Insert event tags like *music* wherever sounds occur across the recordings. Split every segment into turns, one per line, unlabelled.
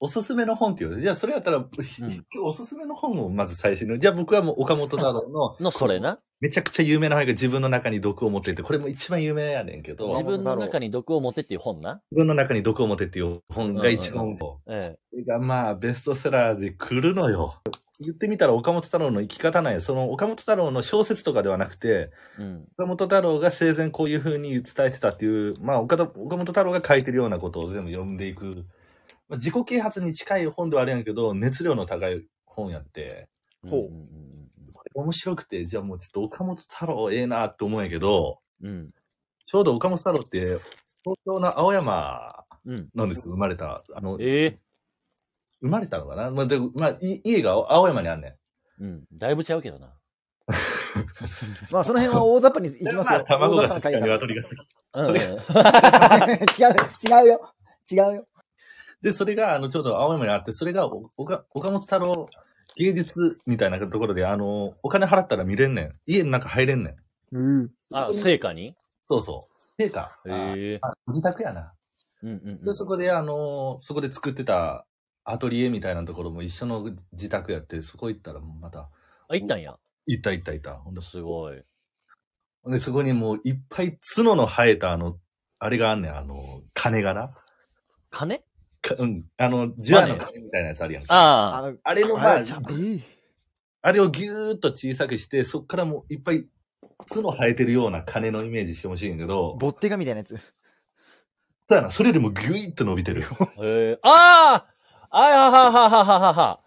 おすすめの本っていう。じゃあ、それやったら、おすすめの本をまず最初の。じゃあ、僕はもう岡本太郎の、
のそれな。
めちゃくちゃ有名な本が自分の中に毒を持ってて、これも一番有名やねんけど、
自
自
分の中に毒を持てっていう本な。
分の中に毒を持てっていう本が一番、
うんうん
こ
え
れがまあ、ベストセラーで来るのよ。言ってみたら岡本太郎の生き方なんや。その岡本太郎の小説とかではなくて、
え。うん。
岡本太郎が生前こういう風に伝えてたっていう、まあ岡田、岡本太郎が書いてるようなことを全部読んでいく、まあ、自己啓発に近い本ではあるんやけど、熱量の高い本やって、
ほうん
ん
これ面白くて、じゃあもうちょっと岡本太郎ええなって思うんやけど、
うん。うん。
ちょうど岡本太郎って、東京の青山
うん。
なんですよ、生まれた。あの、
ええ。
生まれたのかなまあ、でまあ、い家が青山にあんねん。
うん。だいぶちゃうけどな。
まあ、その辺は大雑把に行きます
*laughs*
よ。
卵
大
が
雑把な
先か
買い方
鶏が先か
うん
それ
*laughs*
*laughs* 違う、違うよ。違うよ。
で、それが、あの、ちょうど青山にあって、それがお、おか、岡本太郎芸術みたいなところで、あの、お金払ったら見れんねん。家の中入れんねん。
うん。
あ、成果に
そうそう。ていうか、あ
ええ。
あ自宅やな。
うんうんう
で、
ん。
そこで、あの、そこで作ってたアトリエみたいなところも一緒の自宅やって、そこ行ったらもうまた、
あ、行ったんや。
行った行った行った。ほんです
ごい。
で、そこにもういっぱい角の生えた、あの、あれがあんねん、あの、金がな。
金
かうん。あの、ジュアの金みたいなやつあるやんか。
ああ。
の、
あれの、ま
あ
あ
れ、ちゃんといい。
あれをぎゅーっと小さくして、そっからもういっぱい角生えてるような金のイメージしてほしいんやけど、
ボッテガみたいなやつ。
そうやな、それよりもぎゅいっと伸びてる。
ええ。あああいははははははは。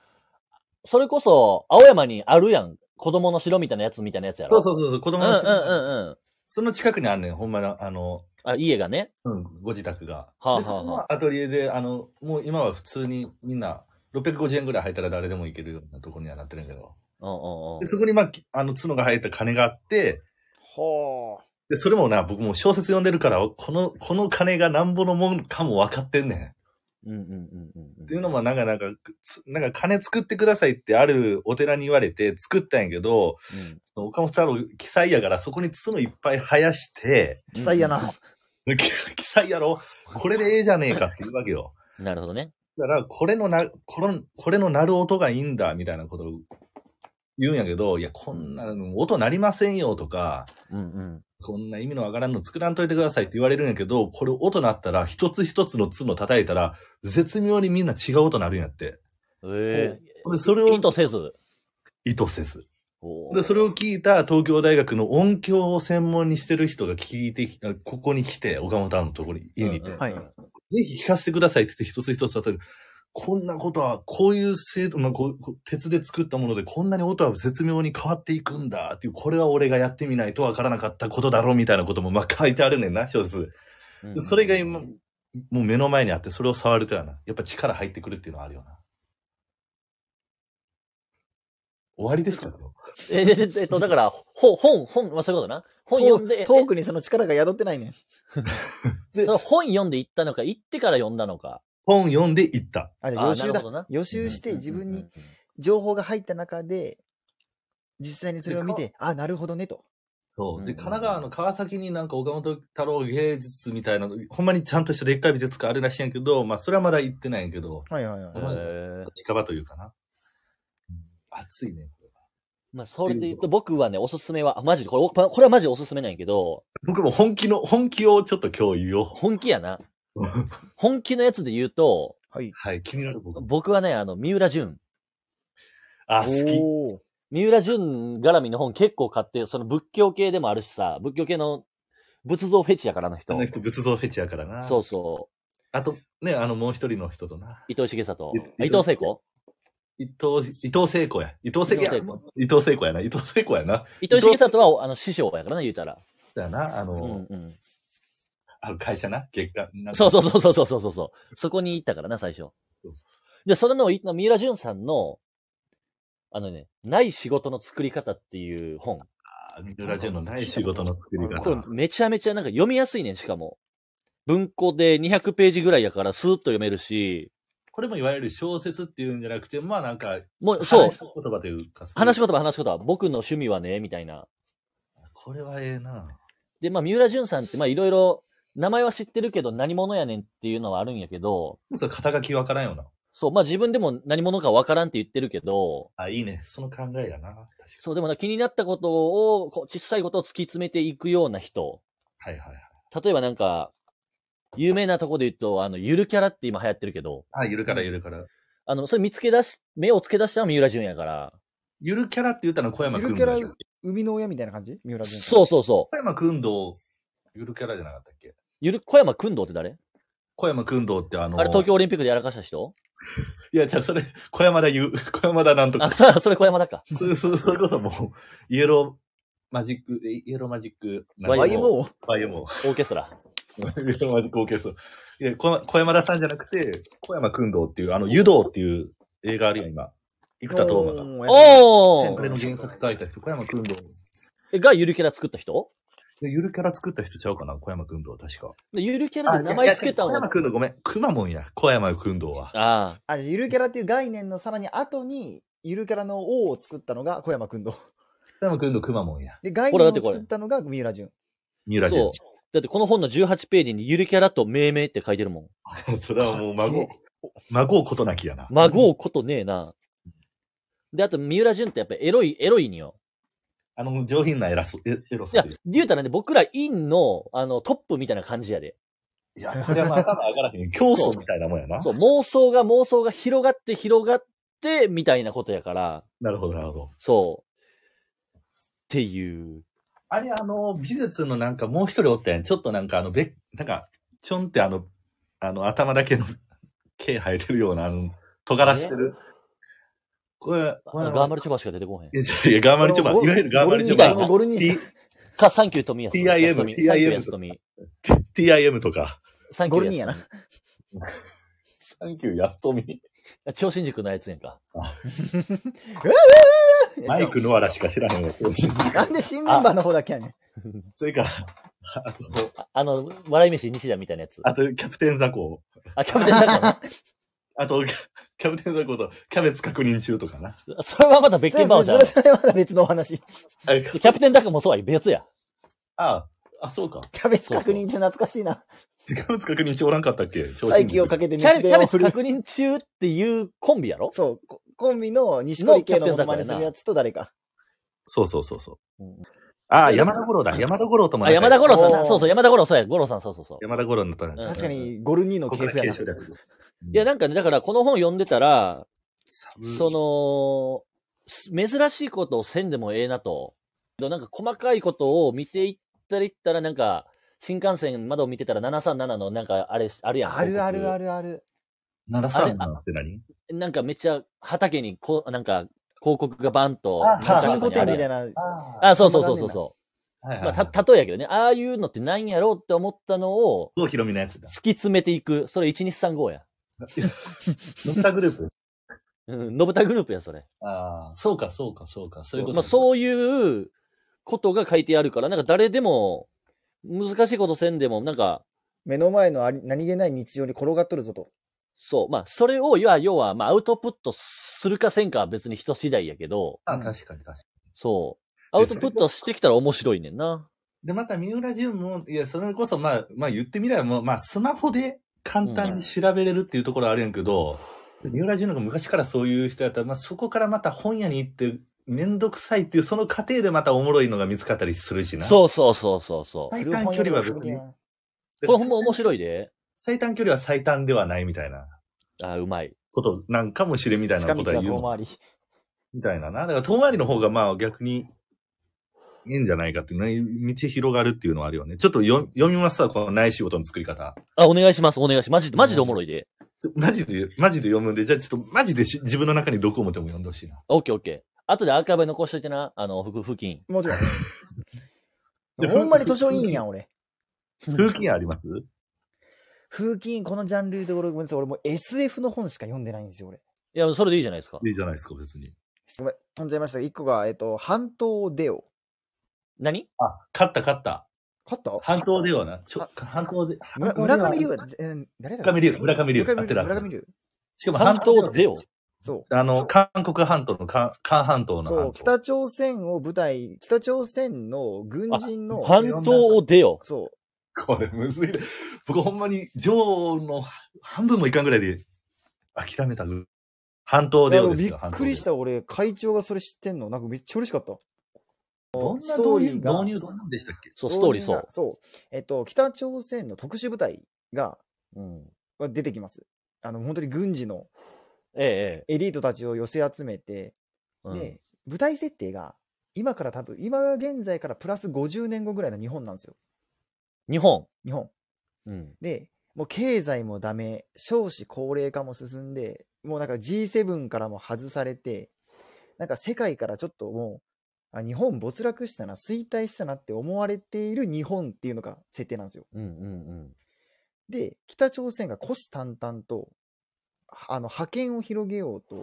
それこそ、青山にあるやん。子供の城みたいなやつみたいなやつや
そ
ろ。
うそうそうそう、子
う
供
んう
の
ん
人、
うんうん。
その近くにあんねん、ほんまの、あの、
あ、家がね。
うん、ご自宅が。
はあはあ
で、そこのアトリエで、あの、もう今は普通にみんな、650円ぐらい入ったら誰でも行けるようなとこにはなってるんやけど。
うんうんうん
で、。そこにまあ、きあの、角が生えた金があって、
はあ。
で、それもな、僕も小説読んでるから、この、この金がなんぼのもんかも分かってんねん。
うんうんうんうんうん。
っていうのもなんかなんか、つなんか金作ってくださいってあるお寺に言われて作ったんやけど、
うん、
岡本太郎記載やからそこに角いっぱい生やして、 *laughs*
記載やな。
記載やろこれでええじゃねえかって言うわけよ。
なるほどね。
だから、これのな、この、これの鳴る音がいいんだ、みたいなことを言うんやけど、いや、こんなの音鳴りませんよとか、
うんうん。
こんな意味のわからんの作らんといてくださいって言われるんやけど、これ音鳴ったら、一つ一つの角叩いたら、絶妙にみんな違う音鳴るんやって。
ええ
で、それ
ー。意
を
図せず。
意図せず。
おー
で、それを聞いた東京大学の音響を専門にしてる人が聞いてきた、ここに来て、岡本太郎のところに、家に、
うんうんうん
はい
ぜひ聞かせてくださいって言って一つ一つ叩く。こんなことは、こういう制度、まあこうこう鉄で作ったもので、こんなに音は絶妙に変わっていくんだっていう、これは俺がやってみないとわからなかったことだろうみたいなことも、まあ書いてあるねんな、小説。
うんうん
でそれが今、もう目の前にあって、それを触るとやな。やっぱ力入ってくるっていうのはあるよな。終わりですかこれ
ええええっと、だから、ほ *laughs* 本、本、まあ、そういうことな。本読んで、
トークにその力が宿ってないね。
えそれ本読んで行ったのか、行ってから読んだのか。
本読んでいった。
あ、じゃあ
あ
予習
な
だ
るほどな。
予習して自分
うん
に
うんうんうん。
情報が入った中で、実際にそれを見て、あ、なるほどねと。
そう。
うんうんう
で、
ん
神奈川の川崎になんか岡本太郎芸術みたいなの、ほんまにちゃんとしたでっかい美術館あるらしいんやけど、まあそれはまだ行ってないんやけど、
はいはいは
うん
ええ
近場というかな。うん暑いね。これは
まあ、それで言うと、僕はね、おすすめは、あマジで、これ、おこれはマジでおすすめなんやけど、
僕も本気の、本気をちょっと今日言おう。
本気や
*laughs*
な。本気のやつで言うと、
はい。
はい、気になる僕。
僕はね、あの、三浦淳。
あ、好き。
おー
三浦淳絡みの本結構買って、その仏教系でもあるしさ、仏教系の仏像フェチやからあの
あ
人。
の人仏像フェチやからな。
そうそう。
あと、ね、あのもう一人の人とな。
伊藤重里
い。
あ伊藤聖子
伊藤、伊藤聖子や。伊藤聖子や
伊藤聖子。
伊藤聖子やな。伊藤聖子やな。
伊藤重里は、あの、師匠やからな、言うたら。
だよな、あの、
うんうん。
あの会社な、月間。なんか
そうそうそうそうそうそうそうそう。そこに行ったからな、最初
そう。
で、それの、い三浦淳さんの、あのね、ない仕事の作り方っていう本。
三浦淳のない仕事の作り方。
これめちゃめちゃなんか読みやすいねん、しかも。文庫で200ページぐらいやからスーッと読めるし、
これもいわゆる小説っていうんじゃなくて、まあなんか、
もう、そう
話、し言葉というか、そういう
話し言葉話し言葉、僕の趣味はね、みたいな。
これはええな。
で、まあ、三浦淳さんって、まあ、いろいろ、名前は知ってるけど、何者やねんっていうのはあるんやけど、
そう、肩書きわからんよな。
そう、まあ自分でも何者かわからんって言ってるけど、
あ、いいね。その考えだな。確か
そう、でもな気になったことを、こう小さいことを突き詰めていくような人。
に。はいはいはい。
例えばなんか、有名なとこで言うと、あの、ゆるキャラって今流行ってるけど、
あ、ゆるからゆるから。
あの、それ見つけ出し、目をつけ出したのは三浦純やから。
ゆるキャラって言ったのは小山
ゆ
くん
る
ど。
キャラ
小、
生みの親みたいな感じ三浦淳。
そううそうそう。
山くんど、ゆるキャラじゃなかったっけ
ゆる、小山くんどうって誰
小山くんどってあの、
あれ東京オリンピックでやらかした人
いや、じゃあそれ、小山田ゆ、小山田なんとか
あ、。
*laughs*
そう、それ小山だか。
それ、それそれこそもう、イエローマジック、イエローマジック、
YMO
なんか
YMO?
YMO。
オーケストラ。
イエローマジックオーケスト *laughs* ラ。いや、小小山田さんじゃなくて、小山君堂っていう、あの、湯道っていう映画あるよ、今。生田斗真が。
お
セン
これ
ー
トレ
の原作書いた人、小山君堂。
えがゆるキャラ作った人
でゆるキャラ作った人ちゃうかな、小山君堂、確か。
でゆるキャラで名前つけた
小
の
山
あ
君堂ごめん。くまモンや、小山君堂は。
あ
あ、ゆるキャラっていう概念のさらに後に、ゆるキャラの王を作ったのが小山君と。
小山君堂くまモンや、
で、概
これ
念
だって
を
これ
作ったのが三浦淳。
三浦
そ
淳
う。。だってこの本の18ページにゆるキャラと命名って書いてるもん。
*laughs* それはもう、孫、孫ことなきやな。
孫うことねえな。で、あと、三浦淳ってやっぱエロい、エロいによ。
あの、上品な偉そう、エエロ
い
さ
や
という。、
言うたらね、僕らインの、あの、トップみたいな感じやで。
いや、これはまあ、頭上がらへん。競争みたいなもんやな。
そう、妄想が妄想が広がって広がって、みたいなことやから、
なるほど、なるほど。
そう。っていう。
あれ、あの、美術のなんかもう一人おったやん。ちょっとなんかあの、べ、なんか、ちょんってあの、あの、頭だけの毛生えてるような、あの、尖らしてる。これ、
あ
これ
ガーマルチョバしか出てこへん。
いやいや、ガーマルチョバ。いわゆるガーマルチョ
みたいな
バ。
ゴルニ
T-
ーさん
か、サンキュー富安。
TIM
安富サンキュー
TIM
安富。
TIM とか。
サンキ
ゴ
ュ
ル
ー
ニーや
安
な
富。。
サンキュー、安富。
あ超新塾のやつやんか。
*laughs* マイク野原しか知らへんわ。
*laughs* なんで新メンバーの方だけやねん。
*laughs*
それから、あと、
ああの、笑い飯西田みたいなやつ。
あと、キャプテンザコ。
あ、キャプテンだか
あと、キャプテンザコと、キャベツ確認中とかな。
ら。それはまた別
それ
件バーじゃん。キ
それまだ別のお話。 *laughs*
ャプテンだかもそうや、別や。
あ、あ、そうか。
キャベツ確認中懐かしいな。
キャベツ確認中おらんかったっけ
再起をかけて
キャ
日
キ
米
ャ
を
ベ
振
ツ
る。
確認中っていうコンビやろ
そう、ココンビの西堀家のモノマネするやつと誰か。
そうそうそうそう。
うん
ああ、山田五郎だ。山田五郎とも
あ、
仲良い
山田五郎さん
お
な。
ー
そうそう、山田五郎そうや。五郎さん、そうそうそう。
山田五郎になったね
うん
確かに、ゴルニーの
こ
系
こから
譜や
継
な。
承略
いや、なんかね、だからこの本読んでたら、
うん
その、す珍しいことをせんでもええなと。なんか細かいことを見ていったりいったら、なんか、新幹線窓を見てたら737のなんかあれ、あるやん。
あるあるあ
る。
るある。
737って何
なんかめっちゃ畑にこう、なんか広告がバンと。
あ
パ
パ
チ
チ
ン
ン
コ
コ
店
店
み
み
た
た
い
い
な。
ああ、
あ、そうそうそうそうそ。
はいうはい
ま
は
あ、
い。
た、例えやけどね、ああいうのってなんやろうって思ったのを
郷ひろみのやつだ *laughs*
突。き詰めていく。それ1235や。
乗ったグループ。
うん、のぶたグループや、それ。
ああ、そうかそうかそうか。そういうこ
まあ、
と。
そういうことが書いてあるから、なんか誰でも、難しいことせんでも、なんか、
目の前のあり何気ない日常に転がっとるぞと。
そう、まあ、それを、要は、要は、まあ、アウトプットするかせんかは別に人次第やけど、
あ確かに確かに。
そう。アウトプットしてきたら面白いねんな。
で、また三浦淳も、いや、それこそまあ、まあ言ってみればもう、まあスマホで簡単に調べれるっていうところはあるやんけど、三浦淳の方が昔からそういう人やったら、まあそこからまた本屋に行って、めんどくさいっていう、その過程でまたおもろいのが見つかったりするしな。
そうそうそうそうそう。
はい体感距離は別に
この本も面白いで。
最短距離は最短ではないみたいな
あ、うまい。
ことなんかもしれんみたいな
近
こと
道
は
は
言う
遠。回り。
*laughs* みたいなな。だから遠回りの方がまあ逆にいいんじゃないかっていうね。道広がるっていうのはあるよね。ちょっと読読みますわ、このない仕事の作り方。
あ、お願いします、お願いします。マジで、マジでおもろいで。
ちょマジで、マジで読むんで、じゃあちょっとマジでし自分の中に毒を持っても読んでほしいな。
オッケーオッケー。後でアーカイブ残しといてな、あの、ふく付近。
もちろ
い
ん。
や
ほんまに図書委員やん、俺。
風紀あります
風紀委員、このジャンルで俺、ごめんなさい、俺もう SF の本しか読んでないんですよ、俺。
いや、それでいいじゃないですか。
いいじゃないですか、別に。
ごめん、飛んじゃいましたが。一個が、えっと、半島デオ。
何
あ、勝った勝った。
勝った
半島ではな。ちょ、半島で。
村村上龍は、えー誰だ
村上龍、村上龍。
村
合っ
上
て
龍。
る
村上龍。
しかも
半
半島
島
で、
デオ
そう。
あの、韓国半島の、韓韓半島の
そう、
半島。
北朝鮮を舞台、北朝鮮の軍人の、
半島をデオ
そ
これむずいな。僕ほんまに、上の半分もいかんぐらいで諦めたぐ半島でよです
びっ
よ、半島
く
で
りした、俺、会長がそれ知ってんの。なんかめっちゃ嬉しかった。
どんな
ス
導
トー
入
リーが
導入どんなんでしたっけ
そう、ストーリー、そ
が
う。
そう。えっと、北朝鮮の特殊部隊が、
うん。
が出てきます。あの、本当に軍事の
ええ、
エリートたちを寄せ集めて、
ええ。
で、舞台設定が、今から多分、今現在からプラス50年後ぐらいの日本なんですよ。
うん日本。
日本。
うん。
で、もう経済もダメ、少子高齢化も進んで、もうなんか G7 からも外されて、なんか世界からちょっともう、あ日本没落したな、衰退したなって思われている日本っていうのが設定なんですよ。
うんうん
で、北朝鮮が虎視眈々と、あの、覇権を広げようと、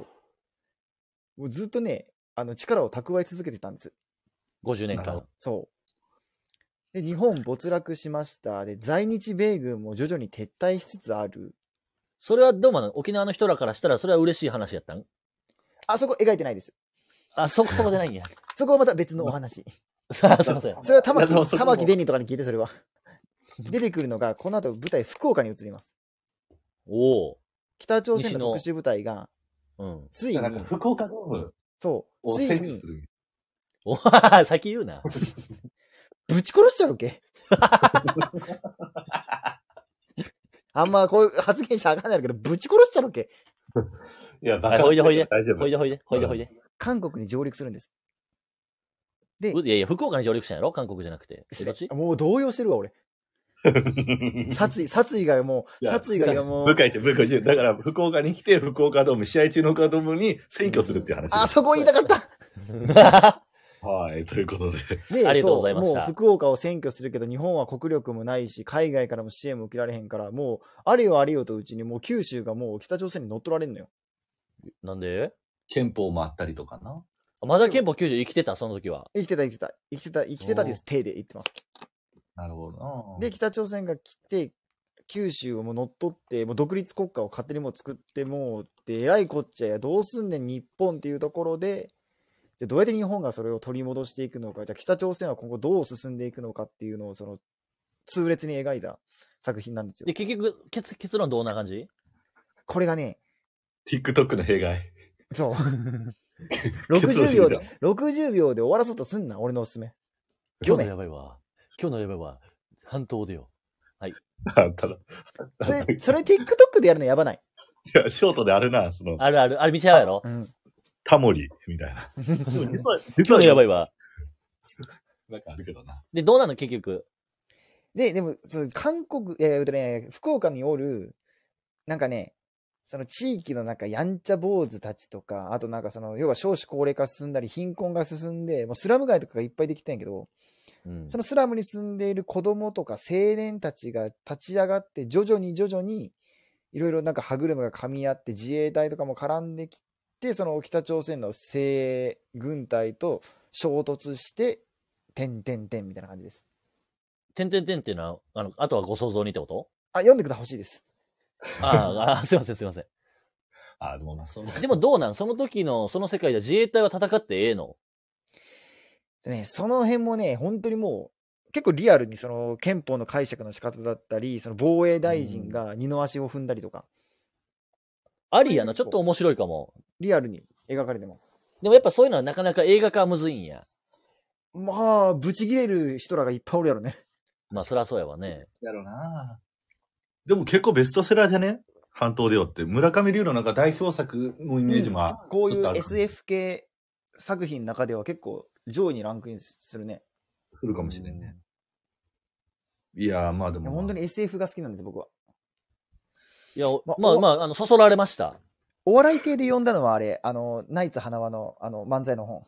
もうずっとね、あの、力を蓄え続けてたんです。
うん。50年
なる
間
ほ。
そう。で、日本没落しました。で、在日米軍も徐々に撤退しつつある。
それはどうもなの沖縄の人らからしたら、それは嬉しい話やったん
あそこ描いてないです。
あ、そこ、そこじゃない *laughs* んや。
そこはまた別のお話。
さあ、すいません。
それは玉
いやでもそ
木、
こも
玉木デニーとかに聞いて、それは。出てくるのが、この後舞台福岡に移ります。
おお。
北朝
西
鮮の
の
特殊部隊が、
うん。
ついに、
なんか福岡ドーム
そう、
を
つい
占拠
に
す、る
おは *laughs* 先言うな。
ぶち殺しちゃうけ
*laughs*
あんまこういう発言したらあかんないけど、ぶち殺しちゃうけ
いや、バ
はい
カ
ほいでほいで
大丈夫
ほいでほいで、ほいでほいで。
韓国に上陸するんです。で、
ういやいや、福岡に上陸したんやろ韓国じゃなくて。えどっち
もう動揺してるわ、俺。
*laughs*
殺意、殺意がもう、
いや
殺意がも
部
う、
会長、部会長。だから、福岡に来て、福岡ドーム、試合中の岡ドームに占拠するっていう話です。
あそこ言いたかった
はい、ということで。
で
*laughs* ありがとうございました
そうもう福岡を占拠するけど、日本は国力もないし、海外からも支援も受けられへんから、もう、あれよあれよとうちに、もう九州がもう北朝鮮に乗っ取られんのよ。
*laughs* なんで
憲法もあったりとかな。
あまだ憲法90生きてた、その時は。
生きてた、生きてた、生きてた、生きてたです、手で言ってます。
なるほど
で、北朝鮮が来て、九州をもう乗っ取って、もう独立国家を勝手にもう作って、もう、で、えらいこっちゃや、どうすんねん、日本っていうところで、でどうやって日本がそれを取り戻していくのか、じゃあ北朝鮮は今後どう進んでいくのかっていうのを、その、痛烈に描いた作品なんですよ
で、。結局、結結論どんな感じ
これがね、
TikTok の弊害。 *laughs*
そう。
結論
60
してみ
秒
た
で、60秒で終わらそうとすんな、俺のおすすめ。
今
読
日
め
のやばいわ。今日のやばいわ。半島でよ。
あただ、
それ、それ TikTok でやるのやばない。
じゃあショートであるな、その、
あるある、あれ見ちゃうやろ
うん。
タモリ、みたいな。実は、実
今日のやば
い。
いわ。
なんかあるけどな。
で、どうなの結局。
で、でも、その韓国、えーとね、福岡におる、なんかね、その地域のなんかやんちゃ坊主たちとか、あとなんかその、要は少子高齢化進んだり、貧困が進んで、もうスラム街とかがいっぱいできたんやけど、
うん
そのスラムに住んでいる子供とか青年たちが立ち上がって、徐々に徐々に、いろいろなんか歯車が噛み合って、自衛隊とかも絡んできて、その北朝鮮の精鋭軍隊と衝突して、てんてんてんみたいな感じです。
てんてんてんっていうのは、あの、あとはご想像にってこと
あ、読んでくだほしいです。
あーあー、すいません、すいません。
あ、でもまあ、そう。
でもどうなんその時の、その世界で自衛隊は戦ってええの
でね、その辺もね、本当にもう、結構リアルにその憲法の解釈の仕方だったり、その防衛大臣が二の足を踏んだりとか、
ありやな、ち
そ
ょっ
ういうの
と面白いかも。
リアルに描かれてます。
でもやっぱそういうのはなかなか映画化はむずいんや。
まあ、ブチギレる人らがいっぱいおるやろね。
まあ、そりゃそうやわね。
やろうな。でも結構ベストセラーじゃね半島でよって。村上龍のなんか代表作のイメージもあ、
こう
ち
い
ょっとあ
う
る
SF 系作品の中では結構上位にランクインするね。
するかもしれんね。いやー、まあで
いや
も。
本当に SF が好きなんです、僕は。
いや、
ま
まあ
お
まあ、あの、そそられました。
お笑い系で読んだのはあれ、あの、ナイツ花輪のあの漫才の本。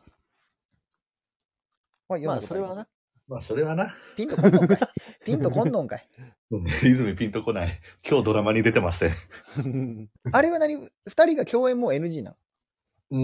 まあ、読んだ
まあ、
こと
それはな
り。
まあ、それはな。
す。ピンとこんのんかい。ピンとこんのんかい。
*laughs* 泉ピンとこない。今日ドラマに出てません。
あれは何二人が共演もう NG なの